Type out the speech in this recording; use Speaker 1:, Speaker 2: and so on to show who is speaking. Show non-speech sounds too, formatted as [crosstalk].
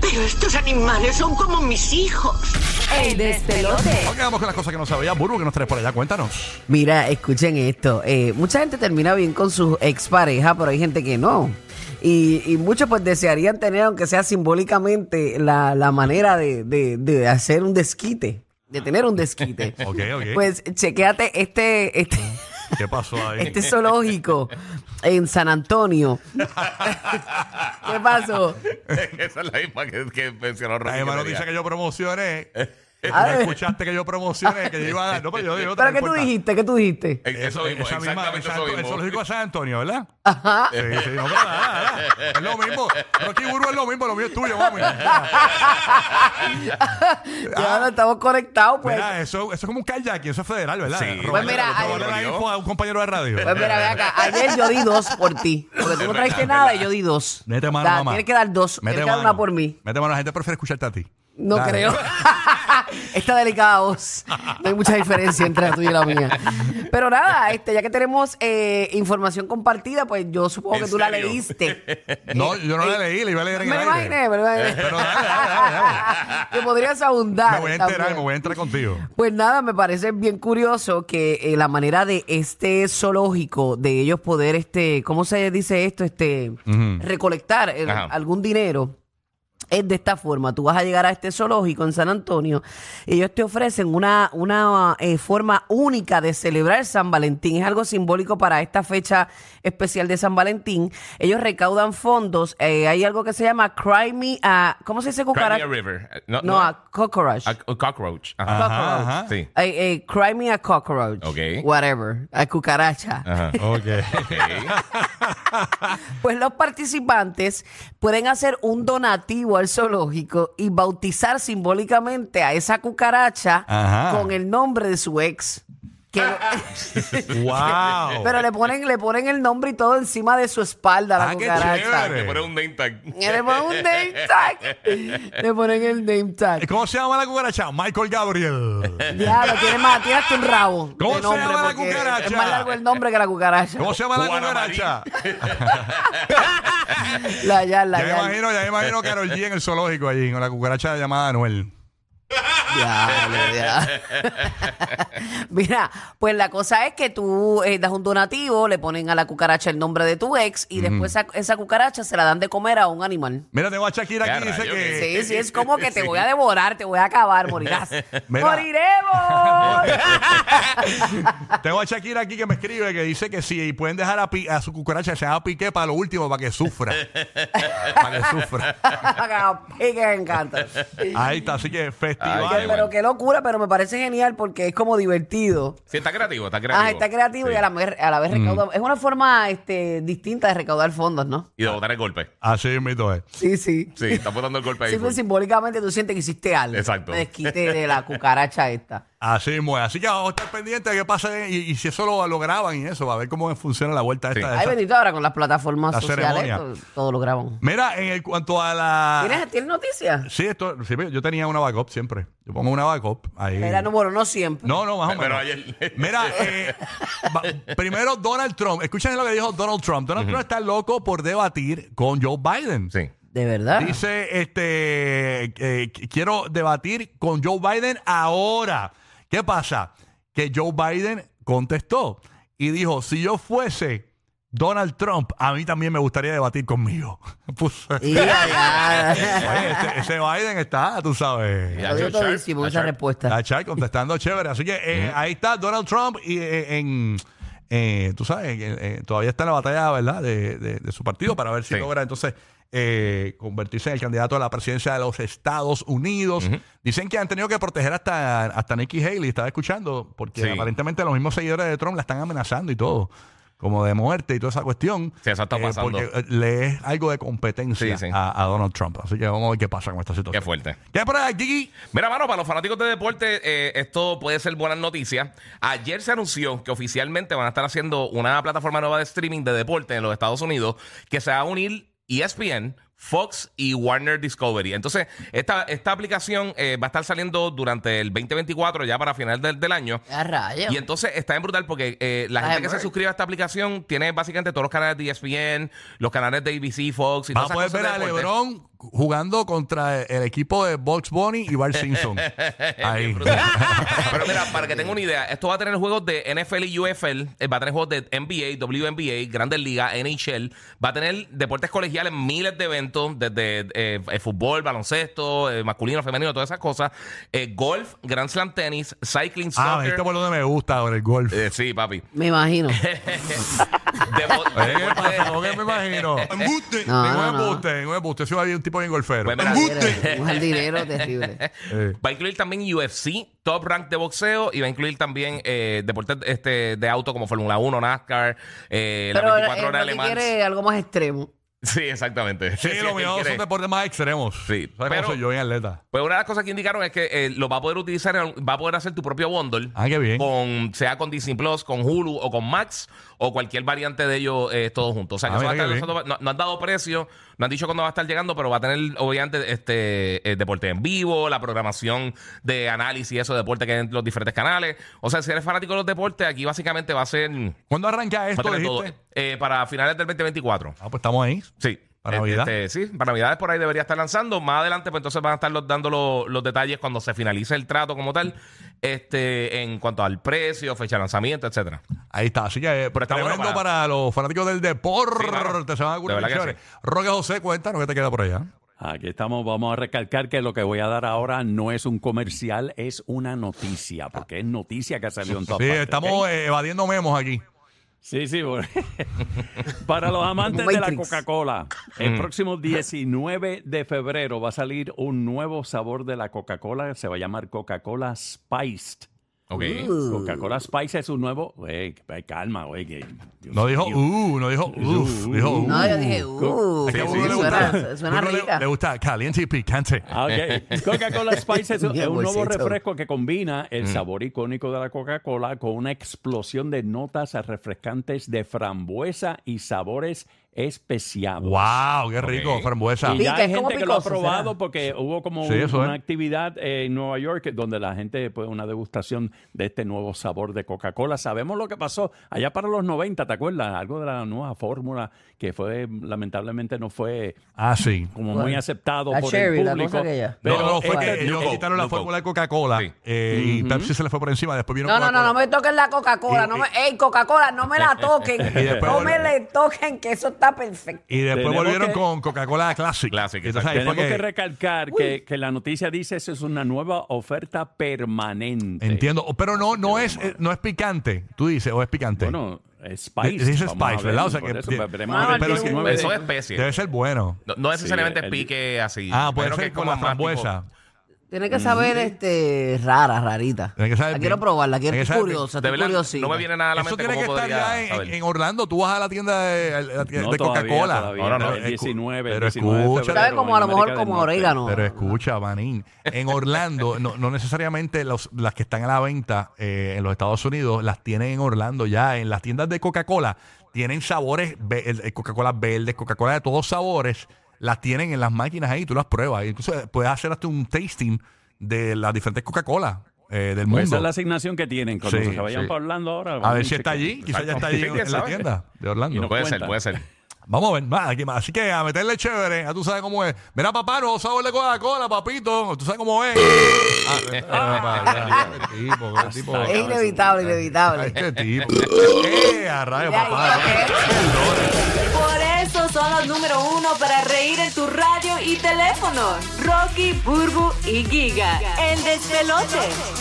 Speaker 1: Pero estos animales son como mis hijos.
Speaker 2: El despelote.
Speaker 3: Ok, vamos con las cosas que no sabía. Burbu, que nos traes por allá. Cuéntanos.
Speaker 4: Mira, escuchen esto. eh, mucha gente termina bien con sus exparejas, pero hay gente que no. Y, y muchos pues desearían tener, aunque sea simbólicamente, la, la manera de, de- de hacer un desquite, de tener un desquite.
Speaker 3: [laughs] Ok, ok.
Speaker 4: Pues chequéate este, este,
Speaker 3: ¿Qué pasó ahí?
Speaker 4: este zoológico en San Antonio. ¿Qué pasó?
Speaker 5: [laughs] Esa es la misma que, que mencionó
Speaker 3: La
Speaker 5: Rocky.
Speaker 3: misma
Speaker 5: que
Speaker 3: noticia
Speaker 5: tenía.
Speaker 3: que yo promocioné.
Speaker 4: Eh, A
Speaker 3: ¿La
Speaker 4: ver.
Speaker 3: escuchaste que yo promocioné? Que yo iba a dar. No, pero yo digo otra,
Speaker 4: ¿Pero
Speaker 3: no
Speaker 4: qué tú
Speaker 3: importa.
Speaker 4: dijiste? ¿Qué tú
Speaker 3: [laughs]
Speaker 4: dijiste? [laughs]
Speaker 5: Eh, Eso
Speaker 3: Eso,
Speaker 5: mismo,
Speaker 3: esa misma,
Speaker 5: exactamente
Speaker 3: esa-
Speaker 5: eso
Speaker 3: el
Speaker 5: mismo.
Speaker 3: zoológico de San Antonio, ¿verdad? Ajá. Sí, sí, no, pero nada, nada. Es lo mismo. Rocky Burbu es lo mismo, lo mío es tuyo, mami.
Speaker 4: Ya ahora estamos conectados, pues.
Speaker 3: Mira, eso, eso es como un kayaking, eso es federal, ¿verdad?
Speaker 5: Sí.
Speaker 3: Robarle-
Speaker 4: Pues mira,
Speaker 3: robarle
Speaker 4: ayer-
Speaker 3: la info a un compañero de radio.
Speaker 4: Pues mira, ve acá. Ayer yo di dos por ti. Porque tú no trajiste nada y yo di dos.
Speaker 3: Mete mano,
Speaker 4: O sea,
Speaker 3: mamá.
Speaker 4: Tienes que dar dos.
Speaker 3: Mete
Speaker 4: tienes que dar
Speaker 3: mano.
Speaker 4: una por mí.
Speaker 3: Mete mano, la gente prefiere escucharte a ti.
Speaker 4: No
Speaker 3: Dale. [laughs]
Speaker 4: creo. [laughs] Esta delicada voz. No hay mucha diferencia entre la tuya y la mía. Pero nada, este, ya que tenemos eh, información compartida, pues yo supongo
Speaker 5: ¿En
Speaker 4: que tú la
Speaker 5: serio?
Speaker 3: [laughs]
Speaker 4: leíste.
Speaker 3: No, yo no la leí, la iba a leer en
Speaker 4: Me lo
Speaker 3: el aire.
Speaker 4: imaginé, me lo imaginé.
Speaker 3: Eh, Pero dale, dale, dale,
Speaker 4: [laughs] Que podrías abundar.
Speaker 3: Me voy a enterar,
Speaker 4: también.
Speaker 3: me voy a entrar contigo.
Speaker 4: Pues nada, me parece bien curioso que eh, la manera de este zoológico, de ellos poder, este, ¿cómo se dice esto? Este, recolectar eh,
Speaker 5: Ajá.
Speaker 4: algún dinero. Es de esta forma, tú vas a llegar a este zoológico en San Antonio y ellos te ofrecen una, una eh, forma única de celebrar San Valentín. Es algo simbólico para esta fecha especial de San Valentín. Ellos recaudan fondos. eh, hay algo que se llama Cry Me a... ¿Cómo se dice
Speaker 5: Cry
Speaker 4: cucaracha?
Speaker 5: me a river. Eh, No,
Speaker 4: No, a cockroach.
Speaker 5: a- a cockroach. Ajá.
Speaker 3: Ajá, ajá.
Speaker 5: Sí.
Speaker 4: Ay, eh, cry me a cockroach.
Speaker 5: Ok.
Speaker 4: Whatever. A cucaracha.
Speaker 3: Ah.
Speaker 5: Ajá.
Speaker 3: Ok.
Speaker 5: Ah, Ok. [laughs]
Speaker 4: Pues los participantes pueden hacer un donativo al zoológico y bautizar simbólicamente a esa cucaracha
Speaker 3: Ajá. Ah.
Speaker 4: con el nombre de su ex. Que lo-
Speaker 3: [laughs] wow.
Speaker 4: [laughs] pero le ponen, le ponen el nombre y todo encima de su espalda a la
Speaker 3: Ah, qué
Speaker 4: cucaracha.
Speaker 3: chévere.
Speaker 5: Te pone un name tag.
Speaker 4: Y Le ponen un name tag. Le ponen el name tag.
Speaker 3: ¿Cómo se llama la cucaracha? Michael Gabriel.
Speaker 4: Diablo, tiene más, tiene hasta un rabo. de
Speaker 3: ¿Cómo se
Speaker 4: nombre,
Speaker 3: llama la
Speaker 4: porque
Speaker 3: cucaracha?
Speaker 4: Es más largo el nombre que la cucaracha.
Speaker 3: ¿Cómo se llama la
Speaker 5: Juana
Speaker 3: cucaracha?
Speaker 4: La yal, la
Speaker 3: Ya me
Speaker 4: yal.
Speaker 3: imagino, ya me imagino a Carol G en el zoológico allí, con la cucaracha llamada Anuel.
Speaker 4: Diablo, diablo. Mira, pues la cosa es que tú eh, das un donativo, le ponen a la cucaracha el nombre de tu ex y después esa, esa cucaracha se la dan de comer a un animal.
Speaker 3: Mira, tengo a Shakira aquí,
Speaker 5: Ya,
Speaker 3: dice
Speaker 5: rayo,
Speaker 3: que...
Speaker 4: Sí, sí, es como que te voy a devorar, te voy a acabar, morirás.
Speaker 3: Mira.
Speaker 4: ¡Moriremos!
Speaker 3: Tengo a Shakira aquí que me escribe que dice que si pueden dejar a, Pi- a su cucaracha que se llama Piqué para lo último, para que
Speaker 5: [laughs]
Speaker 3: sufra. para que sufra.
Speaker 4: Y que me encanta.
Speaker 3: Ahí está, así que festival.
Speaker 5: Ay,
Speaker 4: Pero qué locura, pero me parece genial porque es como divertido.
Speaker 5: [laughs] Sí, está creativo, está creativo.
Speaker 4: Ah, está creativo
Speaker 5: Sí.
Speaker 4: y a la, mer- a la vez recauda. Es una forma este, distinta de recaudar fondos, ¿no?
Speaker 5: Y de botar el golpe.
Speaker 3: Así mismo es.
Speaker 4: Sí, sí.
Speaker 5: Sí, está botando el golpe ahí.
Speaker 4: Sí, pues, simbólicamente tú sientes que hiciste algo.
Speaker 5: Exacto.
Speaker 4: Me desquité de la cucaracha
Speaker 5: [laughs]
Speaker 4: esta.
Speaker 3: Así mismo es. Así que vamos a estar pendientes de qué pasa y, y si eso lo, lo graban y eso, va a ver cómo funciona la vuelta esta.
Speaker 5: Sí.
Speaker 3: de
Speaker 4: Ay,
Speaker 3: esa-
Speaker 4: bendito ahora con las plataformas
Speaker 3: La
Speaker 4: sociales.
Speaker 3: ceremonia.
Speaker 4: to- Todo, lo grabamos.
Speaker 3: Mira, en el- cuanto a la...
Speaker 5: Ah.
Speaker 4: ¿Tienes, ¿tienes noticias?
Speaker 3: Sí, esto, sí, yo tenía una backup siempre. Yo pongo una backup ahí.
Speaker 4: Era, no, bueno, no siempre.
Speaker 3: No, no, más o menos.
Speaker 5: Pero ayer-
Speaker 3: Mira, eh, va- primero Donald Trump. Escuchen lo que dijo Donald Trump. Donald Trump está loco por debatir con Joe Biden.
Speaker 5: Sí.
Speaker 4: De verdad.
Speaker 3: Dice, este, eh, qu- quiero debatir con Joe Biden ahora. ¿Qué pasa? Que Joe Biden contestó y dijo, si yo fuese Donald Trump, a mí también me gustaría debatir conmigo. [laughs] Puso-
Speaker 4: Y
Speaker 5: [laughs]
Speaker 4: ya, ya.
Speaker 3: Oye, ese, ese Biden está, tú sabes.
Speaker 5: Ya,
Speaker 4: Lo digo
Speaker 5: Joe Sharp,
Speaker 4: todísimo,
Speaker 5: Joe
Speaker 4: esa
Speaker 5: Sharp.
Speaker 4: respuesta.
Speaker 3: La Chay contestando chévere. Así que eh, ahí está Donald Trump y eh, en. eh, tú sabes, que, eh, todavía está en la batalla, ¿verdad? De, de- de su partido para ver si
Speaker 5: Sí.
Speaker 3: logra entonces eh, convertirse en el candidato a la presidencia de los Estados Unidos. Dicen que han tenido que proteger hasta, hasta Nikki Haley, estaba escuchando, porque
Speaker 5: Sí.
Speaker 3: aparentemente los mismos seguidores de Trump la están amenazando y todo. Como de muerte y toda esa cuestión.
Speaker 5: Sí, eso está pasando.
Speaker 3: Porque eh, le es algo de competencia
Speaker 5: Sí, sí.
Speaker 3: A, a Donald Trump. Así que vamos a ver qué pasa con esta
Speaker 5: Qué
Speaker 3: situación.
Speaker 5: fuerte.
Speaker 3: ¿Qué hay por aquí?
Speaker 5: Mira, mano, para los fanáticos de deporte, eh, esto puede ser buenas noticias. Ayer se anunció que oficialmente van a estar haciendo una plataforma nueva de streaming de deporte en los Estados Unidos que se va a unir E ESPN. Fox y Warner Discovery. Entonces, esta, esta aplicación eh, va a estar saliendo durante el 2024, ya para final del, del año.
Speaker 4: A rayos.
Speaker 5: Y entonces está bien brutal porque eh, la
Speaker 4: Ay,
Speaker 5: gente que se
Speaker 4: word.
Speaker 5: suscribe a esta E aplicación tiene básicamente todos los canales de ESPN, los canales de ABC, Fox y
Speaker 3: Va a
Speaker 5: todas
Speaker 3: poder
Speaker 5: esas
Speaker 3: ver
Speaker 5: cosas de
Speaker 3: a
Speaker 5: deporte.
Speaker 3: LeBron jugando contra el equipo de Box Bunny y Bart
Speaker 5: [laughs]
Speaker 3: Simpson. Ahí.
Speaker 5: Pero mira, para que tenga una idea, esto va a tener juegos de NFL y UFL, eh, va a tener juegos de NBA, WNBA, Grandes Ligas, NHL, va a tener deportes colegiales, miles de eventos, desde eh, eh, fútbol, baloncesto, eh, masculino, femenino, todas esas cosas, eh, golf, Grand Slam tenis, cycling,
Speaker 3: [laughs] ah,
Speaker 5: soccer.
Speaker 3: este por donde me gusta ahora el golf.
Speaker 5: Eh, sí,
Speaker 3: [laughs]
Speaker 5: papi.
Speaker 4: Me
Speaker 5: [laughs]
Speaker 4: imagino.
Speaker 3: Eh,
Speaker 5: Debo-
Speaker 3: Oye, ¿Qué
Speaker 5: deportes-
Speaker 3: pasa? ¿Por qué me
Speaker 5: eh,
Speaker 3: imagino? ¡Embuste!
Speaker 4: No,
Speaker 3: Ningún
Speaker 4: no, no.
Speaker 3: embuste, ningún embuste. Eso va a un tipo bien golfero.
Speaker 5: Pues mira,
Speaker 4: Era Un jardinero
Speaker 5: [laughs]
Speaker 4: terrible.
Speaker 3: Eh.
Speaker 5: Va a incluir también UFC, top rank de boxeo y va a incluir también eh, deportes este, de auto como Fórmula 1, NASCAR, eh, la
Speaker 4: Pero
Speaker 5: 24 horas
Speaker 4: él lo que
Speaker 5: alemán.
Speaker 4: quiere algo más extremo.
Speaker 5: Sí, exactamente.
Speaker 3: Sí,
Speaker 5: Sí,
Speaker 3: lo
Speaker 5: él
Speaker 3: mío
Speaker 5: quiere.
Speaker 3: son deportes más extremos.
Speaker 5: Sí,
Speaker 3: ¿Sabes
Speaker 5: pero-
Speaker 3: cómo soy yo en atleta?
Speaker 5: Pues una de las cosas que indicaron es que eh, lo va a poder utilizar, en- va a poder hacer tu propio bundle.
Speaker 3: Ah, qué bien.
Speaker 5: Con, sea con Disney Plus, con Hulu o con Max o cualquier variante de ellos eh, todos juntos. O sea, que
Speaker 3: Ah,
Speaker 5: eso va a
Speaker 3: mira
Speaker 5: estar-
Speaker 3: qué
Speaker 5: eso no, no han dado precio, no han dicho cuándo va a estar llegando, pero va a tener obviamente este eh, deporte en vivo, la programación de análisis y eso de deporte que hay en los diferentes canales. O sea, si eres fanático de los deportes, aquí básicamente va a ser... va
Speaker 3: ¿Cuándo arranca
Speaker 5: a
Speaker 3: esto?
Speaker 5: tener todo.
Speaker 3: dijiste?
Speaker 5: Eh, para finales del 2024.
Speaker 3: Ah, pues estamos ahí.
Speaker 5: Sí.
Speaker 3: ¿Para
Speaker 5: Eh,
Speaker 3: Navidad?
Speaker 5: este, sí, para Navidades por ahí debería estar lanzando. Más adelante, pues entonces van a estar los- dando los, los detalles cuando se finalice el trato como tal, este, en cuanto al precio, fecha de lanzamiento, etcétera.
Speaker 3: Ahí está. Así que eh,
Speaker 5: Pero está
Speaker 3: tremendo
Speaker 5: bueno
Speaker 3: para...
Speaker 5: para-
Speaker 3: los fanáticos del deporte.
Speaker 5: Sí, claro.
Speaker 3: Te se van a
Speaker 5: De
Speaker 3: curar.
Speaker 5: verdad que
Speaker 3: chévere. Roque José, cuéntanos qué te queda por allá.
Speaker 6: Aquí estamos, vamos a recalcar que lo que voy a dar ahora no es un comercial, es una noticia, porque es noticia que salió en todas
Speaker 3: Sí,
Speaker 6: partes,
Speaker 3: estamos
Speaker 6: ¿ok?
Speaker 3: eh, evadiendo memos aquí.
Speaker 6: Sí, sí. por- [laughs] Para los amantes de la
Speaker 4: Matrix.
Speaker 6: Coca-Cola,
Speaker 3: Mm.
Speaker 6: el próximo 19 de febrero va a salir un nuevo sabor de la Coca-Cola, se va a llamar Coca-Cola Spiced.
Speaker 5: Ok.
Speaker 6: Uh, Coca-Cola Spiced es un nuevo... Ey, calma, oye. que- Dios
Speaker 3: No dijo
Speaker 6: mío.
Speaker 3: uh, no dijo uff,
Speaker 6: Uh,
Speaker 3: dijo uh.
Speaker 4: No, yo dije, uh,
Speaker 3: Es que a
Speaker 5: sí,
Speaker 3: uno le
Speaker 4: suena,
Speaker 3: gusta-
Speaker 4: suena
Speaker 3: a uno le-
Speaker 4: rica.
Speaker 3: Le gusta caliente y picante.
Speaker 6: Ah, ok. Coca-Cola Spice es, un-
Speaker 4: Bien
Speaker 6: es un nuevo
Speaker 4: bolsito.
Speaker 6: refresco que combina el sabor icónico de la Coca-Cola con una explosión de notas refrescantes de frambuesa y sabores especiados.
Speaker 3: Wow, qué rico,
Speaker 5: Ok.
Speaker 3: frambuesa.
Speaker 6: Y ya
Speaker 4: Pica,
Speaker 6: hay
Speaker 4: es como
Speaker 6: gente que lo ha
Speaker 4: picoso,
Speaker 6: probado
Speaker 4: ¿será?
Speaker 6: porque hubo como
Speaker 3: Sí,
Speaker 6: un-
Speaker 3: eso
Speaker 6: una
Speaker 3: es.
Speaker 6: actividad eh, en Nueva York donde la gente, pues, una degustación de este nuevo sabor de Coca-Cola. Sabemos lo que pasó allá para los 90, ¿te acuerdas? Algo de la nueva fórmula que fue, lamentablemente, no fue
Speaker 3: Ah, sí.
Speaker 6: como
Speaker 4: ¿Cuál?
Speaker 6: muy aceptado
Speaker 4: La
Speaker 6: por
Speaker 4: cherry,
Speaker 6: el
Speaker 4: la
Speaker 6: público.
Speaker 4: cosa aquella.
Speaker 3: Pero
Speaker 6: pero
Speaker 3: no, no, fue
Speaker 6: este
Speaker 3: que ellos
Speaker 5: Blue
Speaker 3: quitaron
Speaker 5: Coke,
Speaker 3: la
Speaker 5: Blue
Speaker 3: fórmula de Coca-Cola
Speaker 5: Sí.
Speaker 3: eh, y Pepsi se le fue por encima. Después vino
Speaker 4: No, no, no, no
Speaker 3: Coca-Cola.
Speaker 4: me toquen la Coca-Cola. No me, ey, Coca-Cola, no me la toquen.
Speaker 3: [laughs] Y después
Speaker 4: no me
Speaker 3: volvemos.
Speaker 4: le toquen, que eso está perfecto.
Speaker 3: Y después
Speaker 6: Tenemos
Speaker 3: volvieron
Speaker 6: que-
Speaker 3: con Coca-Cola Classic.
Speaker 5: Classic,
Speaker 3: Y entonces ahí fue
Speaker 6: Tenemos que
Speaker 3: que-
Speaker 6: recalcar que, que la noticia dice eso es una nueva oferta permanente.
Speaker 3: Entiendo. O- Pero no, no es, eh, no es picante. Tú dices, o es picante.
Speaker 6: Bueno, es Spice.
Speaker 3: Dice
Speaker 6: vamos
Speaker 3: Spice,
Speaker 6: a
Speaker 3: ¿verdad? O sea
Speaker 6: por
Speaker 3: que-
Speaker 6: eso,
Speaker 3: de-
Speaker 6: veremos
Speaker 4: Ah,
Speaker 6: el
Speaker 4: pero
Speaker 6: 19
Speaker 5: Eso
Speaker 6: de-
Speaker 5: es especie.
Speaker 3: Debe ser bueno.
Speaker 5: No, no necesariamente
Speaker 6: Sí, el-
Speaker 5: pique así.
Speaker 3: Ah, puede
Speaker 5: Pero que
Speaker 3: ser
Speaker 5: es
Speaker 3: con la
Speaker 5: más tipo-
Speaker 3: frambuesa.
Speaker 4: Tiene que saber, este, rara, rarita.
Speaker 3: Tiene que saber
Speaker 4: La
Speaker 3: bien.
Speaker 4: quiero probarla, quiero,
Speaker 3: Tiene que
Speaker 4: estoy
Speaker 3: saber bien.
Speaker 4: curiosa,
Speaker 5: De
Speaker 4: estoy
Speaker 5: verdad,
Speaker 4: curiosita.
Speaker 5: no me viene nada a la
Speaker 3: Eso
Speaker 5: mente
Speaker 3: tiene que
Speaker 5: cómo
Speaker 3: estar
Speaker 5: podría
Speaker 3: ya en,
Speaker 5: saber.
Speaker 3: en Orlando. Tú vas a la tienda de, a la tienda
Speaker 6: No,
Speaker 3: de
Speaker 6: todavía,
Speaker 3: Coca-Cola.
Speaker 6: todavía,
Speaker 5: No, no, no,
Speaker 6: pero
Speaker 5: el
Speaker 6: el 19,
Speaker 3: pero
Speaker 6: el 19 de
Speaker 3: escucha-
Speaker 6: febrero
Speaker 4: ¿Sabe como a lo
Speaker 6: en
Speaker 4: mejor
Speaker 6: América del
Speaker 4: como
Speaker 6: Norte.
Speaker 4: orégano?
Speaker 3: Pero escucha, Manín, en Orlando, no, no necesariamente los- las que están a la venta eh, en los Estados Unidos, las tienen en Orlando ya. En las tiendas de Coca-Cola tienen sabores, ve- eh, Coca-Cola verde, Coca-Cola de todos sabores, las tienen en las máquinas ahí, tú las pruebas. E Incluso eh, puedes hacer hasta un tasting de las diferentes Coca-Cola eh, del
Speaker 6: Pues
Speaker 3: mundo.
Speaker 6: esa es la asignación que tienen. Cuando
Speaker 3: Sí,
Speaker 6: se vayan
Speaker 3: sí.
Speaker 6: para Orlando ahora.
Speaker 3: A
Speaker 6: vamos
Speaker 3: ver si está
Speaker 6: chequear.
Speaker 3: allí, quizás ya está
Speaker 5: Exacto.
Speaker 3: allí
Speaker 5: Sí,
Speaker 3: en,
Speaker 5: quién
Speaker 3: en la
Speaker 5: sabe.
Speaker 3: tienda de
Speaker 6: Y
Speaker 3: Orlando.
Speaker 6: no-
Speaker 5: Puede ser,
Speaker 6: cuenta.
Speaker 5: puede ser.
Speaker 3: Vamos a ver más, aquí más. Así que a meterle chévere, ya tú sabes cómo es. Mira, papá, no sabor de Coca-Cola, papito. Tú sabes cómo
Speaker 4: [laughs]
Speaker 3: es. Ah, eh, papá, qué tipo, qué tipo.
Speaker 4: Es inevitable,
Speaker 3: Ay,
Speaker 4: inevitable.
Speaker 3: qué tipo. [laughs] Eh, a rayos, papá.
Speaker 2: Por eso son los número uno para reír en tu radio y teléfono. Rocky, Burbu y Giga. El despelote.